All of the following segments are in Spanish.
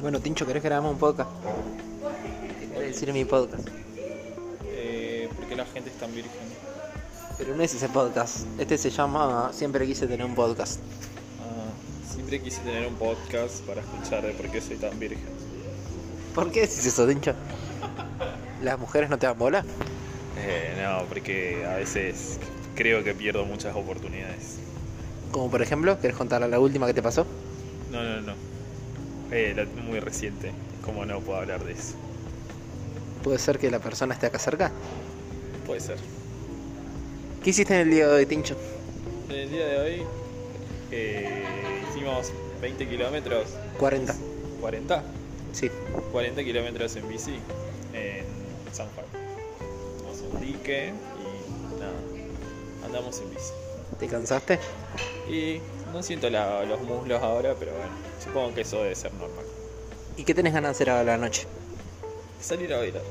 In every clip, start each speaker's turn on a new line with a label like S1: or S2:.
S1: Bueno, Tincho, ¿querés que grabemos un podcast? ¿Qué quiere decir mi podcast?
S2: Eh, porque la gente es tan virgen.
S1: Pero no es ese podcast. Este se llama Siempre quise tener un podcast.
S2: Ah, siempre quise tener un podcast para escuchar de por qué soy tan virgen.
S1: ¿Por qué decís eso, Tincho? ¿Las mujeres no te dan bola?
S2: Eh, no, porque a veces creo que pierdo muchas oportunidades.
S1: Como por ejemplo, ¿querés contar la última que te pasó?
S2: No, no, no. Eh, la- muy reciente. Como no puedo hablar de eso.
S1: Puede ser que la persona esté acá cerca.
S2: Puede ser.
S1: ¿Qué hiciste en el día de hoy, Tincho?
S2: En el día de hoy eh, hicimos 20 kilómetros.
S1: 40.
S2: 40.
S1: Sí.
S2: 40 kilómetros en bici en San Juan. Vamos a un dique y nada. Andamos en bici.
S1: ¿Te cansaste?
S2: Y no siento la- los muslos ahora, pero bueno, supongo que eso debe ser normal.
S1: ¿Y qué tenés ganas de hacer ahora a la noche?
S2: Salir a bailar.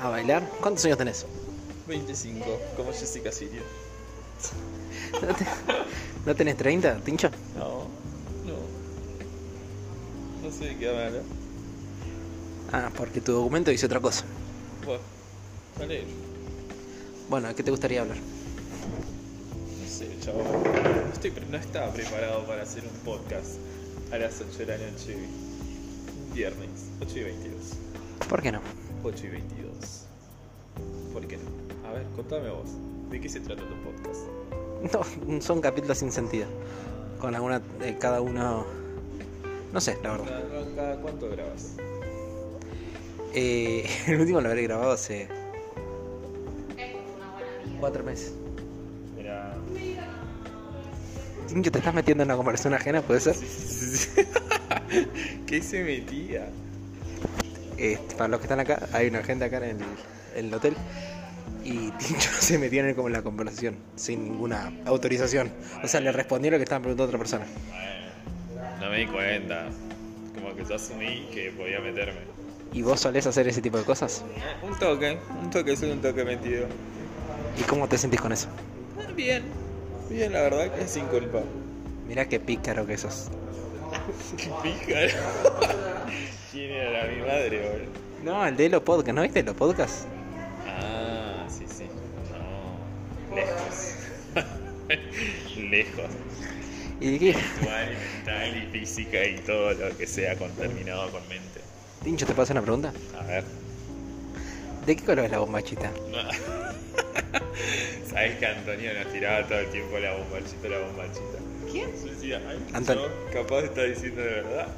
S1: ¿A bailar? ¿Cuántos años tenés?
S2: 25, como Jessica Sirio.
S1: ¿No, te- ¿No tenés 30, Tincho?
S2: No, no. No sé de qué hablar. ¿eh?
S1: Ah, porque tu documento dice otra cosa.
S2: Bueno, vale,
S1: Bueno, ¿de qué te gustaría hablar?
S2: no sé, chavo. No, estoy pre- no estaba preparado para hacer un podcast a las 8 de la noche. Viernes, 8 y 22.
S1: ¿Por qué no?
S2: 8 y 22. ¿Por qué no? A ver, contame vos. ¿De qué se trata tu podcast?
S1: No, son capítulos sin sentido. Con alguna. eh, cada uno. No sé, la verdad.
S2: ¿Cada- cada cuánto grabas?
S1: Eh, el último lo habré grabado hace. Cuatro meses.
S2: Era...
S1: Tincho, ¿te estás metiendo en una conversación ajena? ¿Puede ser?
S2: Sí, sí, sí, sí. ¿Qué se metía?
S1: Este, para los que están acá, hay una gente acá en el, en el hotel. Y Tincho se metió en el- como en la conversación, sin ninguna autorización. O sea, le respondió lo que estaban preguntando a otra persona.
S2: Bueno, no me di cuenta. Como que yo asumí que podía meterme.
S1: ¿Y vos solés hacer ese tipo de cosas?
S2: Eh, Un toque, un toque, soy un toque metido.
S1: ¿Y cómo te sentís con eso?
S2: Ah, Bien, bien, la verdad que sin culpa.
S1: Mirá qué pícaro que sos.
S2: Qué pícaro. ¿Quién era mi madre, boludo?
S1: No, el de los podcasts, ¿no viste los podcasts?
S2: Ah, sí, sí. No, lejos. lejos.
S1: Y dije,
S2: Virtual, mental y física y todo lo que sea contaminado con mente.
S1: Tincho, ¿te paso una pregunta?
S2: A ver.
S1: ¿De qué color es la bombachita?
S2: No. Sabes que Antonio nos tiraba todo el tiempo la bombachita, la bombachita. ¿Quién? Yo decía, ay,
S1: Antonio.
S2: yo capaz está diciendo de verdad.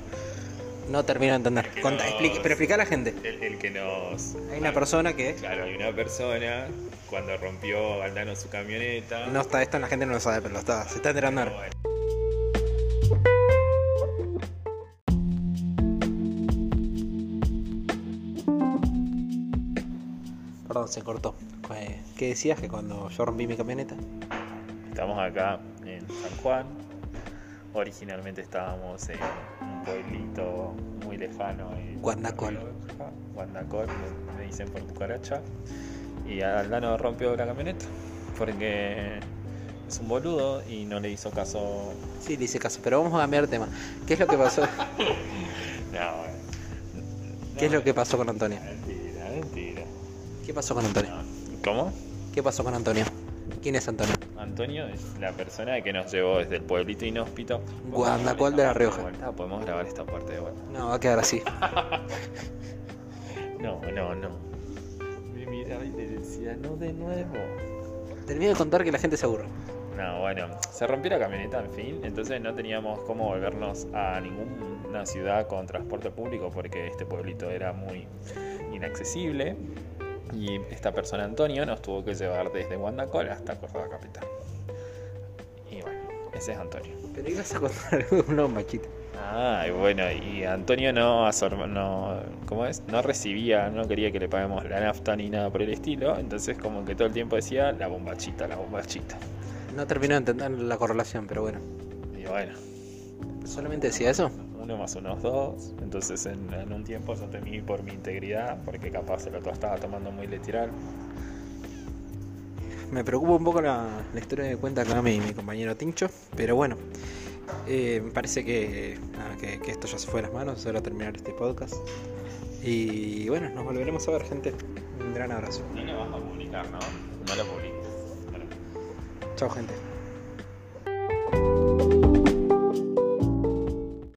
S1: No termino de entender. Conta-
S2: No,
S1: explique- pero
S2: sí.
S1: explica a la gente.
S2: El, el que nos.
S1: Hay una persona que
S2: Claro, hay una persona cuando rompió Valdano su camioneta.
S1: no está, esto la gente no lo sabe, pero lo está, se está enterando ahora.
S2: Bueno,
S1: Perdón, se cortó. Eh, ¿Qué decías que cuando yo rompí mi camioneta?
S2: Estamos acá en San Juan. Originalmente estábamos en un pueblito muy lejano. en
S1: Guandacol.
S2: Guandacol, me- me dicen por cucaracha. Y Aldano rompió la camioneta porque es un boludo y no le hizo caso.
S1: Sí, le hice caso, pero vamos a cambiar de tema. ¿Qué es lo que pasó?
S2: No,
S1: ¿Qué es lo que pasó con Antonio?
S2: Mentira, mentira.
S1: ¿Qué pasó con Antonio?
S2: ¿Cómo?
S1: ¿Qué pasó con Antonio? ¿Quién es Antonio?
S2: Antonio es la persona que nos llevó desde el pueblito inhóspito.
S1: Guandacol de La Rioja.
S2: Ah, Podemos grabar esta parte de vuelta.
S1: No, va a quedar así.
S2: No, no, no. Me miraba y te decía, no de nuevo.
S1: Termino de contar que la gente se aburre.
S2: No, bueno, se rompió la camioneta, en fin, entonces no teníamos cómo volvernos a ninguna ciudad con transporte público porque este pueblito era muy inaccesible. Y esta persona, Antonio, nos tuvo que llevar desde Guandacol hasta Córdoba Capital. Y bueno, ese es Antonio.
S1: Pero ibas a contar algo de una bombachita.
S2: Ah, y bueno, y Antonio no, asor- no, ¿cómo es? No recibía, no quería que le paguemos la nafta ni nada por el estilo, entonces como que todo el tiempo decía la bombachita, la bombachita.
S1: No termino de entender la correlación, pero bueno.
S2: Y bueno,
S1: ¿Solamente decía eso?
S2: uno más unos dos, entonces en, en un tiempo yo temí por mi integridad, porque capaz el otro estaba tomando muy literal.
S1: Me preocupa un poco la, la historia que cuenta acá mi, mi compañero Tincho, pero bueno. Eh, me parece que, nada, que, que esto ya se fue de las manos, solo terminar este podcast. Y bueno, nos volveremos a ver, gente. Un gran abrazo.
S2: No lo vas a publicar, ¿no? No lo publiques. Bueno.
S1: Chao, gente.